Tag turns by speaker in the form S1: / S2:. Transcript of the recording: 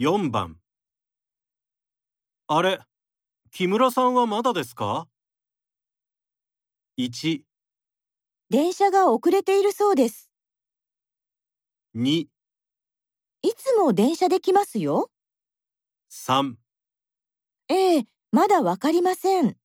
S1: 4番あれ木村さんはまだですか ?1、
S2: 電車が遅れているそうです。
S1: 2、
S2: いつも電車で来ますよ。
S1: 3
S2: ええ、まだわかりません。